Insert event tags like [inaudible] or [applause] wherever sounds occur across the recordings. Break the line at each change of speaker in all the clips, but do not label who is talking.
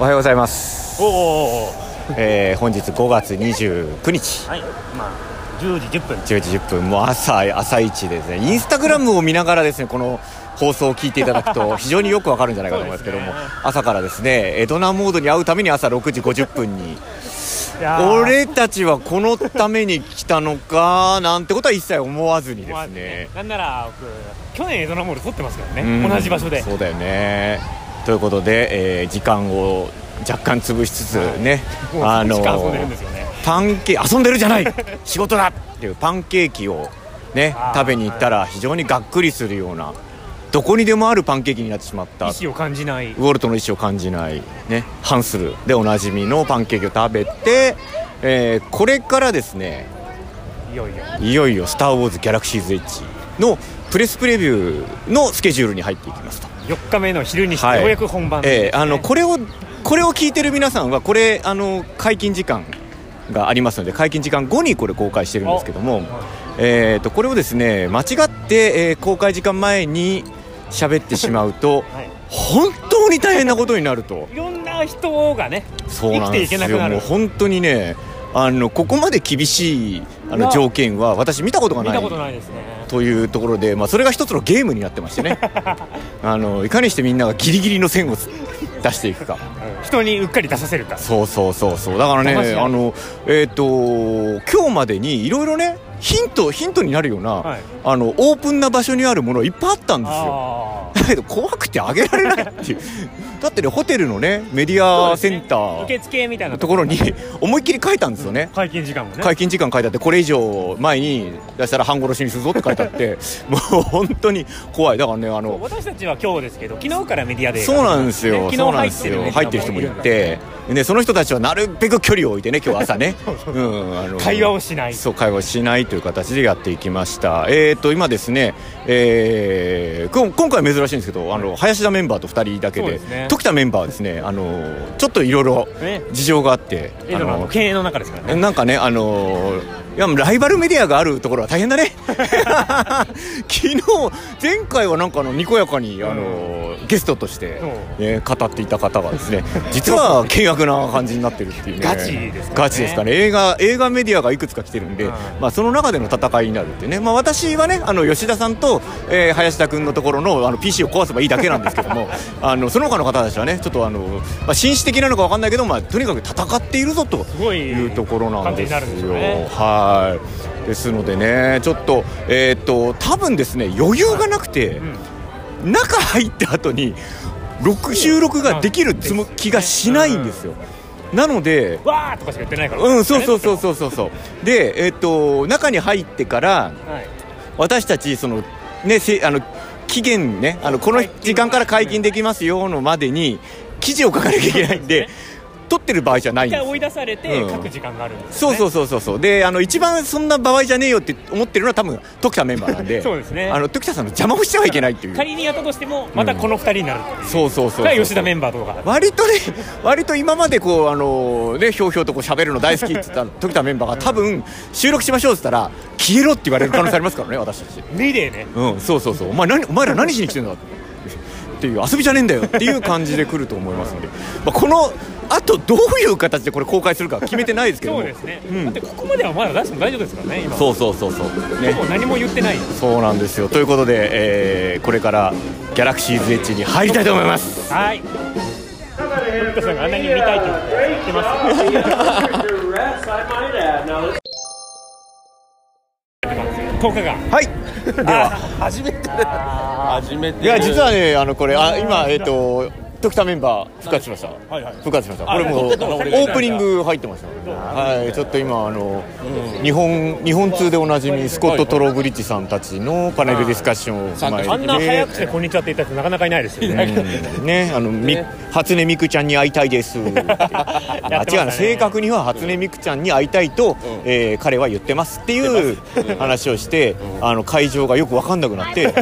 おはようございます、
おおお
えー本日5月29日
はいまあ10時10分
10時10分もう朝朝一でですねインスタグラムを見ながらですねこの放送を聞いていただくと
[laughs]
非常によくわかるんじゃないかと思いますけども
そうですね
朝からですねエドナモードに会うために朝6時50分に
いやー
俺たちはこのために来たのかなんてことは一切思わずにで
思わ
す
ず
ね
ねなんなら僕去年エドナモール撮ってますから
うん
ね同じ場所で
そうだよねということで、えー時間を若干潰しつつね、
[laughs] もう
あの
時間遊んでるんですよね
パンケーキ遊んでるじゃない仕事だっていうパンケーキをね
あー
食べに行ったら非常にがっくりするようなどこにでもあるパンケーキになってしまった
意
ウ
思を感じない
ォルトの意思を感じないねハンスルでおなじみのパンケーキを食べて、えーこれからですね
いよいよ
いよいよ「スター・ウォーズ・ギャラクシーズ・エッジ」のプレスプレビューのスケジュールに入っていきますと。
4日目の昼にして
はい
ようやく本番
え
で
えあのこ
れ
れをこれを聞いてる皆さんはこれあの解禁時間がありますので解禁時間後にこれ公開してるんですけども、えー、とこれをですね間違って、えー公開時間前に喋ってしまうと
[laughs] はい
本当に大変なことになると
いろんな人がね
そうなんで
生きていけな
す
く
よ
なる
もう本当にねあのここまで厳しいあ
う
の
わ
条件は私見たことが
見
な
た
い
ことないですね
というところで、まあ、それが一つのゲームになってまして
[laughs]
ねあのいかにしてみんながギリギリの線をつ出していくか。
人にうっかり出させるか
そうそうそうそうだから
騙し
ね
合い
あのえっ、と今日までにいろいろねヒントヒントになるような、
はい
あのオープンな場所にあるものいっぱいあったんですよ
あ
だけど怖くてあげられないっていうだってねホテルのねメディ
あ
アセンタ
受
ー
付みたいな
のところに思いっきり書いたんですよね、
会見時間もね
解禁時間書いてあってこれ以上前に出したら半殺しにするぞって書いてあって [laughs] もう本当に怖いだからねあの
私たちは今日ですけど昨日からメディアで
そうなんですよ、
ね
そう
昨
な
日
んで
入っ
す
てる
よ
ね
入ってる人もいてでその人たちはなるべく距離を置いてね今日朝
[laughs]
ねうんあの
会話をしない
そう会話をしないという形でやっていきましたえっ、と今ですね、えーこん今回珍しいんですけどあの林田メンバーと2人だけ
そう
で
ですね
時田メンバーはですねあのちょっといろいろ
ね
事情があって、
エ
あ
ドナの
の
経営の中ですからね
なんかね、あのーいやライバルメディアがあるところは大変だ
[laughs]
ね昨日前回はなんかあのにこやかに、あのーゲストとして
そう、
ね、語っていた方がですね実は険悪な感じになってるっていうね
ガチですかね
ガチですかね映画映画メディアがいくつか来てるんで、
うん
まあ、その中での戦いになるっていうね、まあ、私はねあの吉田さんと、えー林田君のところのあの PC を壊せばいいだけなんですけども
[laughs]
あのその他の方たちはねちょっとあの、まあ、紳士的なのか分かんないけど、まあ、とにかく戦っているぞと。
すごい
いうところなん
感
で
じに
す
なるんでしょ
よ。
うね
はい。ですのでね、ちょっとえーっ、と多分ですね余裕がなくて、中入った後に録収録ができるつも気がしないんですよ。なので、
わーとかしか言ってないから
うん、そうそうそうそうそうそう。で、えーっ、と中に入ってから
はい
私たちそのねせあの期限ねあのこの時間から解禁できますよのまでに記事を書かなきゃいけないんで。撮ってる場合じゃないん
一
です
回
よ
追い出されて
うん
書く時間があるんです
そ
よ
う
ね
そうそうそうそうであの一番そんな場合じゃねえよって思ってるのは多分徳田メンバーなんで
[laughs] そうですね
あの徳田さんの邪魔をしてはいけないっていう
仮にやったとしてもまたこの二人になる
そうそうそう
が吉田メ
ンバー
ンバーとか
割とね、割と今までこう、あのね、ひょうひょうとこう喋るの大好きって言った時田メンバーが、多分収録しましょうって言ったら、消えろって言われる可能性ありますからね、私たち。
リレーね
うん、そうそうそう、お前何お前ら何しに来てんだっていう、遊びじゃねえんだよっていう感じで来ると思いますので、まあ、このあとどういう形でこれ、公開するか決めてないですけど
そ
も
うですね
うん
だってここまではまだ出しても大丈夫ですからね今
そうそうそうそう、ね
ほぼ何も言ってない
そうなんですよということで、えーこれからギャラクシーズエッジに入りたいと思います
はい古田さんがあんなに見たいと言ってます効果が
はいでは
[laughs] 初めて初めて
いや実はねあのこれあ今えっ、と時田メンバー復活しました、
はいはい
復活しましたこれもうオ
撮ってたの俺がいない
ープニング入ってましたはいちょっと今あの、日本日本通でおなじみスコット・トロブリッジさんたちのパネルディスカッションを踏まえて
あんな早くてこんにちはって言った人なかなかいないですよね
うんね、あの、み、初音ミクちゃんに会いたい [laughs] です。っていうあ、違うな、正確には初音ミクちゃんに会いたいと、えー彼は言ってますっていう話をして。あの、会場がよくわかんなくなって。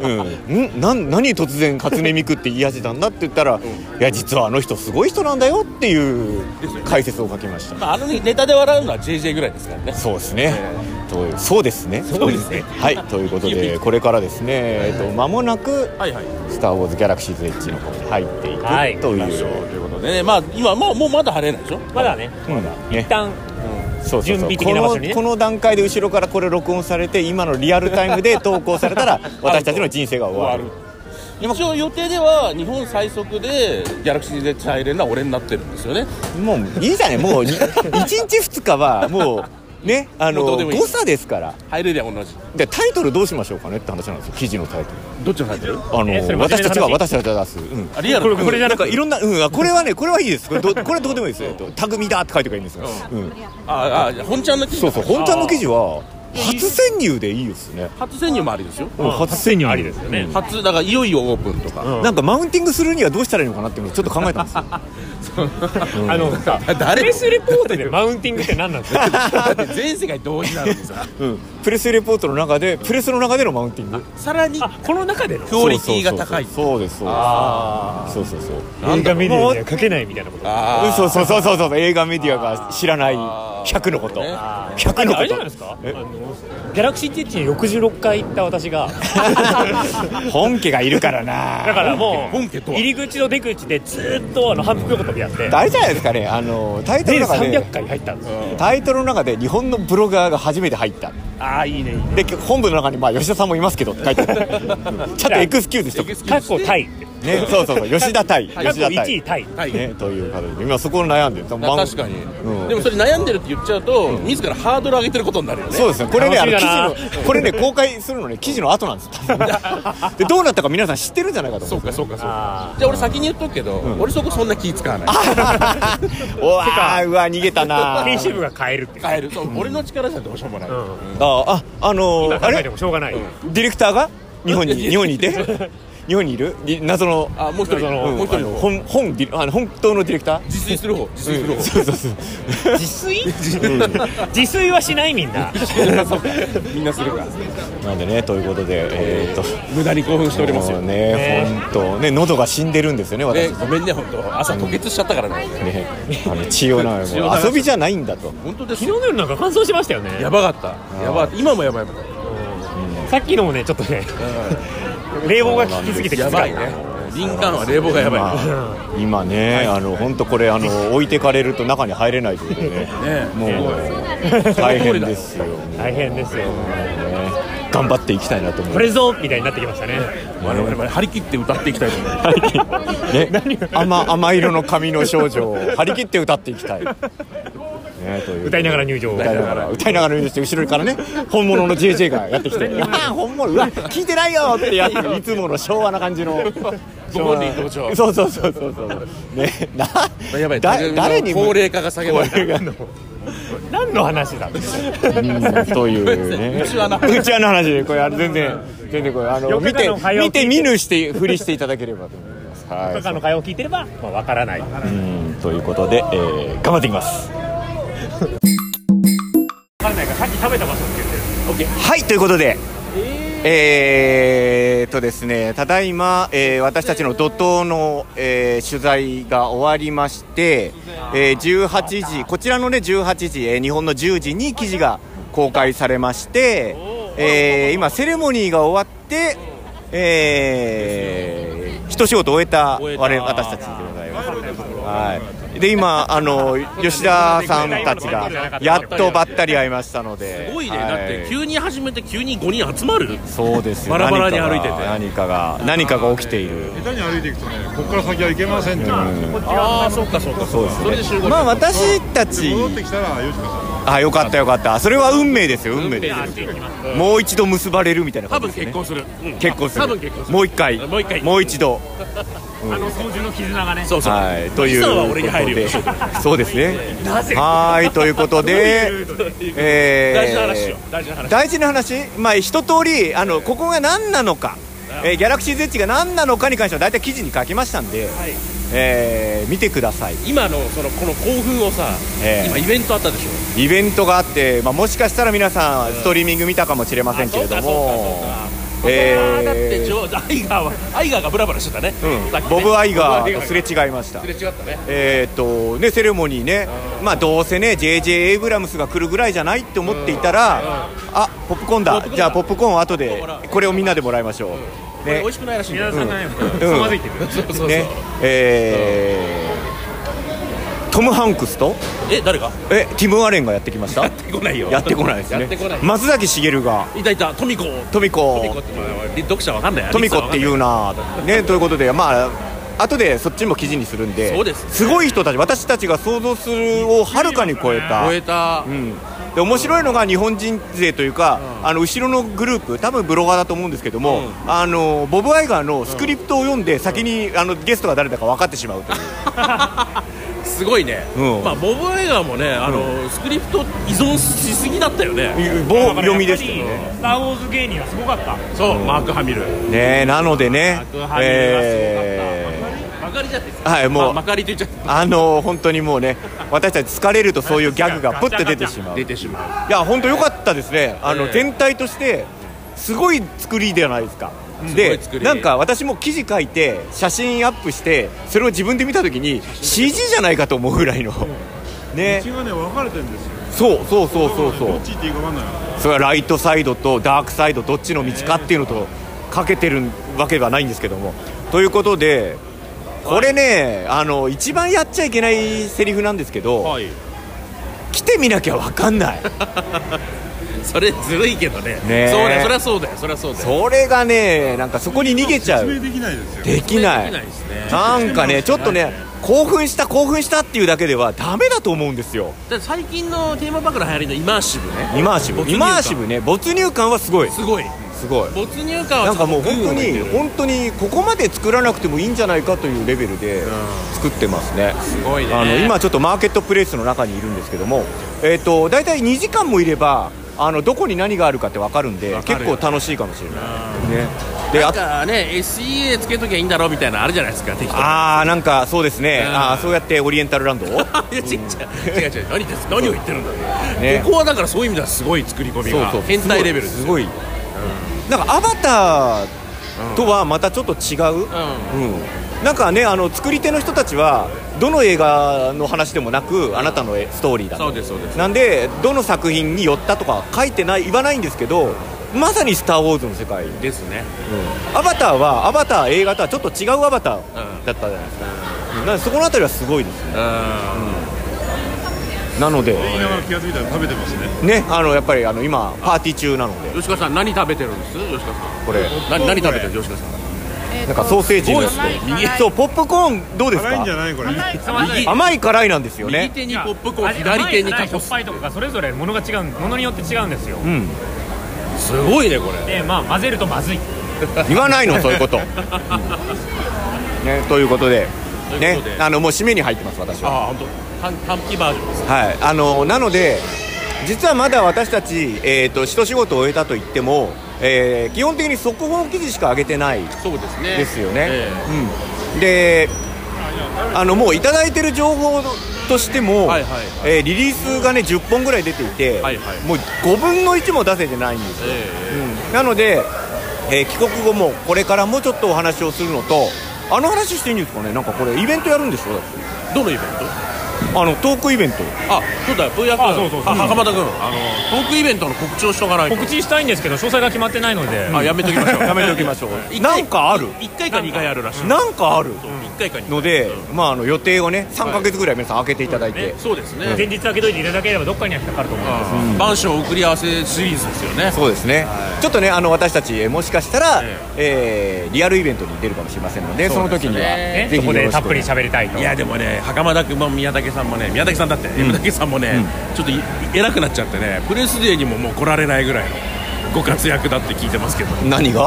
うん、ん、なん、何突然初音ミクって言い始めたんだって言ったら。いや、実はあの人すごい人なんだよっていう解説を書きました。
あのネタで笑うのは JJ ぐらいですからね
そうですね。というそうですね
そうですね
はいということでこれからですねえっと間もなく
はいはい
「スター・ウォーズ・ギャラクシーズ・エッジ」の方に入っていく
はい
と
行きまし
い
ょう
う
ということでねまあ今もうもうまだ晴れないでしょ
まだね
うん
一
ね
旦
そうそう
準
そう
備的な場所にね
このこの段階で後ろからこれ録音されて今のリアルタイムで投稿されたら私たちの人生が終わる
一応予定では日本最速でギャラクシーで入れるのは俺になってるんですよね
もういいじゃないもうに1日2日はもうねあ
もうどう
の
でもいい
誤差ですから
入れりゃ同じ
でタイトルどうしましょうかねって話なんですよ記事のタイトル
どっちの入ってる
あの
えそれ真面目な話
私たちは私たちは出す、うん
あリアル
これじゃなく
んかいろんな、うん、あこれはねこれはいいですこれどこれどうでもいいですよ匠だって書いてくればいいんですが、うん、
ああ本ちゃんの記事
そうそう本ちゃんの記事は初潜入でいいですね、
初潜入もありですよ
うん、初潜入
ありですよね
初だからいよいよオープンとか、
なんかマウンティングするにはどうしたらいいのかなっていうのをちょっと考えたんですよ
あのさ
誰
プレスレポートでマウンティングって何なんですか
だって全世界同時なのにさ
うん、プレスレポートの中でプレスの中でのマウンティング
さらに
[laughs] あこの中での
クオリティが高い
そうですそう
あ
ですそうそうそう
映画メディアには書けないみたいなこと
あー
そうそうそうそうそう映画メディアが知らない
あー
100のこと
ね
100の
あ
こ
れじゃないですかあのギャラクシーティッチに66回行った私が
と [laughs] 本家がいるからな
だからもう
本家とは
入り口と出口でずーっとあの反復横跳びやって
あれじゃないですかねあのタイトルの
全
中で
300回入ったんですよ
タイトルの中で日本のブロガーが初めて入った
ああいいねいいね
で本部の中に、まあ、吉田さんもいますけどって書いてあるちょっとエクスキューズしとく
エクスキュ
過
ーズ
去タイって
ね [laughs] そうそうそう吉田対
過
吉
去
田
1
対
位タイ
はい
ねという形で今そこを悩んでる
な確かに、
うん
でもそれ悩んでるって言っちゃうと、自らハードル上げてることになるよね
そうですねこれねあの
楽
記
しみだな
事のこれね公開するのね記事の後なんですよでどうなったか皆さん知ってるんじゃないかと
そ
思
う
う
かそうかそうか
あ
じゃあ俺先に言っとくけど、俺そこそんな気使わない
[laughs] おわーうわ逃げたな
編集部が変えるっていう
変えるそう、俺の力じゃどうしようもない、
うん
あああのー
今考
あ
え
れ
てもしょうがない
ディレクターが日本に日本にいて日本にいるに謎の
あもう一人、
うん
もう一人
あ
の
の
方
本本ディレあの本当のディレクター
自炊する方自炊する方、
そうそうそう
自炊自炊はしないみんな
みんなするから
なんでねということでえーっと
無駄に興奮しております
も
よ
う
ね
ね
ね
本当ね喉が死んでるんですよね私
ごめんね本当朝吐血しちゃったからね、
ねあの血をな
血を流す
遊びじゃないんだと
本当で
昨
す
日
よ
の夜なんか乾燥しましたよね
やばかったやばかった今もやばいもん
さっきのもねちょっとね [laughs] 冷房が効きすぎてきつか
や
った
ばいね敏感は冷房がやばい
ま
ね
あ今ね、あの本当これあの置いてかれると中に入れないということでね、もう大変ですよ。
大変ですよ
頑張っていきたいなと思
こ
う。
れぞみたいになってきましたね
我々も張り切って歌っていきたいと思います
ね、甘甘色の髪の少女を張り切って歌っていきたい。ね、という
歌いながら入場
歌いながら歌いながら入場して後ろからね本物の JJ がやって
[laughs]
きて「ああ本物うわ聞いてないよ」ってやついつもの昭和な感じの
ご本人登場
そうそうそうそうそうねな
やばい
だ誰
誰
に
に
も
高齢化が下げられ
これが
何の話だ
というね。
うちわの
うちわの話で、これ、あの全然、全然これ、あの、
よく
見
あ
て
の、早起き
見て見ぬして、ふりしていただければと思います。
とか
は
の会話を聞いてればまあわからない
い。うんということで、えー頑張っていきます。
わからないからさっき食べた場所って言ってる
はい、ということで。えーっとですね、ただいま、えー私たちの怒涛の、えー取材が終わりまして、えー18時こちらの、ね、18時、えー日本の10時に記事が公開されまして、えー今、セレモニーが終わって、えー一仕事終えた我々私たちでございます。はい、で今あの、吉田さんたちがやっとばったり会いましたので。
すごいね、
は
だって急に始めて急に5人集まる
そうですよ
バラバラに歩いてて
何かが何かが何かが起きている
下手に歩いていくとねここから先は行けませんっていうの
ああそうかそうかそうかそれで集合
まあ私たち
で戻ってきたら吉川さん
あよかったよかったそれは運命ですよ運命です
あっち行きます
もう一度結ばれるみたいな
多
感じ
分
です
結
ね
婚するうん
結婚する
多分結婚する
もう一回
もう一回
もう一度
あの操縦の絆がね
そうそう
はいという
資産は俺に入るよ
こと
[laughs]
でそうですね
なぜ
はーいということでえー
大事な話よ大事な話
大事な話まあ一通りあのここが何なのかえーギャラクシーズエッジが何なのかに関しては大体記事に書きましたんで、
はい
えー見てください
今のそのこの興奮をさ、
ええ
今イベントあったでしょ
イベントがあって、まあ、もしかしたら皆さんストリーミング見たかもしれませんけれども
あ
え
あーだってジ
ー
ョーアイガーはアイガーがブラブラしてたね,、
うん
さっきね
ボブ・アイガーとす
す
れ
れ
違いました
違ったね
えーっとね、セレモニーね、まあ、どうせね、JJ エイブラムスが来るぐらいじゃないって思っていたら、あポップコーンだ、じゃあ、ポップコーン後で、これをみんなでもらいましょう。
これ
ね
美味しくないらしいんだ
皆さ
よ
んがね
ん
つまずいてる
そうそうそう、
ねえートム・ハンクスと
え誰が
えティム・アレンがやってきました
やってこないよ
やってこないです
やっ
ね
てこない
松崎しげるが
いたいたトミコ
トミ
トミ
コ
コっていうのは読者わかんない
トミコっていううなぁねということでまあ後でそっちも記事にするんで
そうです
ごい人たち私たちが想像するをはるかに超えた
超えた、
うん、で面白いのが日本人勢というか、あの後ろのグループ多分ブロガーだと思うんですけども、あのボブ・アイガーのスクリプトを読んで先に、あのゲストが誰だか分かってしまうという
すごいね、
うん
まあボブ・アイガーもねあの、スクリプト依存しすぎだったよね
棒読みでしたよね。
スター・ウォーズ芸人はすごかった
そう、マーク・ハミル
ねなのでね
幕張がすごかった、
え
曲がりじゃないです
ーはい
ま
も
あ、
う、
まかりと言っちゃっ
あの本当にもうね私たち疲れるとそういうギャグがプッて出てしま
た
う
出
い
てしまう
や本当良かったですねあの、
ええ
全体としてすごい作りじゃないですか、
すご
で
い作り
なんか私も記事書いて写真アップしてそれを自分で見た時に CG じゃないかと思うぐらいの、ね
道がね分かれてるんですよ
そうそうそうそうそ
ど
う
っち行っていいか分かんないの
それはライトサイドとダークサイドどっちの道かっていうのとかけてるわけではないんですけどもということでこれねあの一番やっちゃいけないセリフなんですけど、
はい
来てみなきゃ分かんない
それずるいけどね
ねえ
そうねそりゃそうだよそりゃそうだよ
それがねなんかそこに逃げちゃ
説
う
明できないですよ
できない
できないですね
なんかねちょっとね興奮した興奮したっていうだけではダメだと思うんですよ
だって最近のテーマパークの流行りのイマーシブね
イマーシブ
没
イ
入感
マーシブね没入感はすごい
すごい
すごい
没入感は
なんかもう本当
群
に
を抜いてる
本当にここまで作らなくてもいいんじゃないかというレベルで作ってますね、
すごいね
あの今ちょっとマーケットプレイスの中にいるんですけども、えー、と大体2時間もいればあのどこに何があるかって分かるんで
わか
結
る
構
よ
楽しいかもしれない、ね、で
なん
あ
かね SEA つけときゃいいんだろうみたいなのあるじゃないですか適当に
あーなんかそうですね、
うん
あーそうやってオリエンタルランドを
いやちっちゃい違う違う何です何を言ってるんだろう
ね
ここはだからそういう意味ではすごい作り込みが変態レベルです
す
よ
ごいなんかアバターとはまたちょっと違う、うんなんかねあの作り手の人たちはどの映画の話でもなくあなたのえストーリーだと
そうですそうです
なんでどの作品に寄ったとか書いてない言わないんですけどまさに「スター・ウォーズ」の世界、うん
ですね
アバターはアバター映画とはちょっと違うアバターだったじゃないですか、なんでそこのあたりはすごいですね
うん
なので
言いながら気が付いたら食べてますね
ねあのやっぱりあの今パーティー中なので
吉川さん何食べてるんです吉川さ
これ
ん何何食べてる吉川さん
なんかソーセージの
すごいっすね
右そうポップコーンどうです
辛いんじゃ
か
ないこれ
右
甘い辛いなんですよ
右
ね
手にポップコーン左手にタコ
ス
ス
パイとかがそれぞれものが違うものによって違うんですよ
うん
すごいねこれ
でまあ混ぜるとまずい
言わないのそういう
[laughs]
こと、うんね、ということで
という
ね
ことで
あのもう締めに入ってます私は
ああ本当短短期バージョンです
はいあのなので実はまだ私たち、えー、と一仕事を終えたと言っても、えー基本的に速報記事しか上げてない
そうですね
ですよね、
え
うん、であのもういただいてる情報としても、
はいはい
えーリリースがね10本ぐらい出ていて、
はいはい
もう5分の1も出せてないんです
えええ
なので、えー帰国後もこれからもうちょっとお話をするのとあの話していいんですかねなんかこれイベントやるんでしょだって
どのイベント
あのトークイベント
あそうだよ VR 君
あそうそうそう
あ袴田君あのトークイベントの告知をしとかないと
告知したいんですけど詳細が決まってないので
あやめときましょう
やめておきましょう
[laughs]
なんかある
1回か2回あるらしい
なんかある
1回か2回
ので、まあ、あの予定をね3か月ぐらい皆さん開けていただいて、
そうですね
前日開けといていただければどっかには引っかかると思います
番賞送り合わせシリーズですよね
そうですね、ちょっとねあの私たちえーもしかしたら、
え
えーリアルイベントに出るかもしれませんのでその時には
ね
ね
ぜ
そ
ひよ
こ
ろし
で
く
たっぷり喋りたいと
い
[laughs]
やでもね袴田君も宮武さんもね宮武さんだって宮武さんもねちょっとい偉くなっちゃってねプレスデーにももう来られないぐらいのご活躍だって聞いてますけど
何 [laughs] が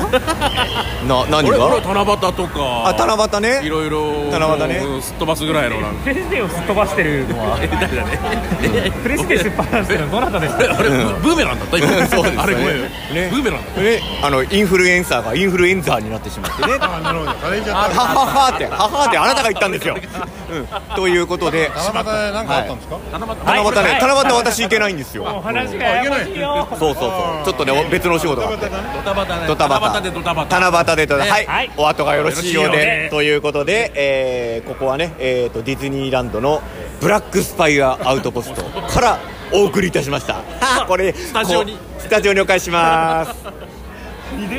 な何
俺俺
が
七夕とか
あ七夕ね
いろいろ
七夕ね
うんすっ飛ばすぐらいのなんか
プレスデーをすっ飛ばしてるのは
[laughs] え誰だ [laughs] ね
プレスデーすっ飛ばしてるのどなたですか
俺俺ブブーメランだった今
そうですね
あれごめん
ね
ブーメランだ
ねあのインフルエンサーがインフルエンザーになってしまって [laughs] ね
あなるほどカレンジャ
は
ー食
ははってははってあなたが言ったんです [laughs] よ、うん、ということで
べて七夕なんかあったんですか
七夕
[laughs] 七夕ね
はい
七夕私行けないんですよ
お話がややこしいよ
そうそうそうちょっとねお別のお仕事があって
ね
ドタバタね
ドタバタ
七夕でドタバタ
七夕でドタバタ、
ね
はい、
はい
お後がよろしいよう
よろしいよう
で
で
ということで、えーここはね、えー、とディズニーランドのブラックスパイアアウトポストから
[laughs]
お送りいたしましたこれ
スタジオに
こうスタジオにお返しします
いで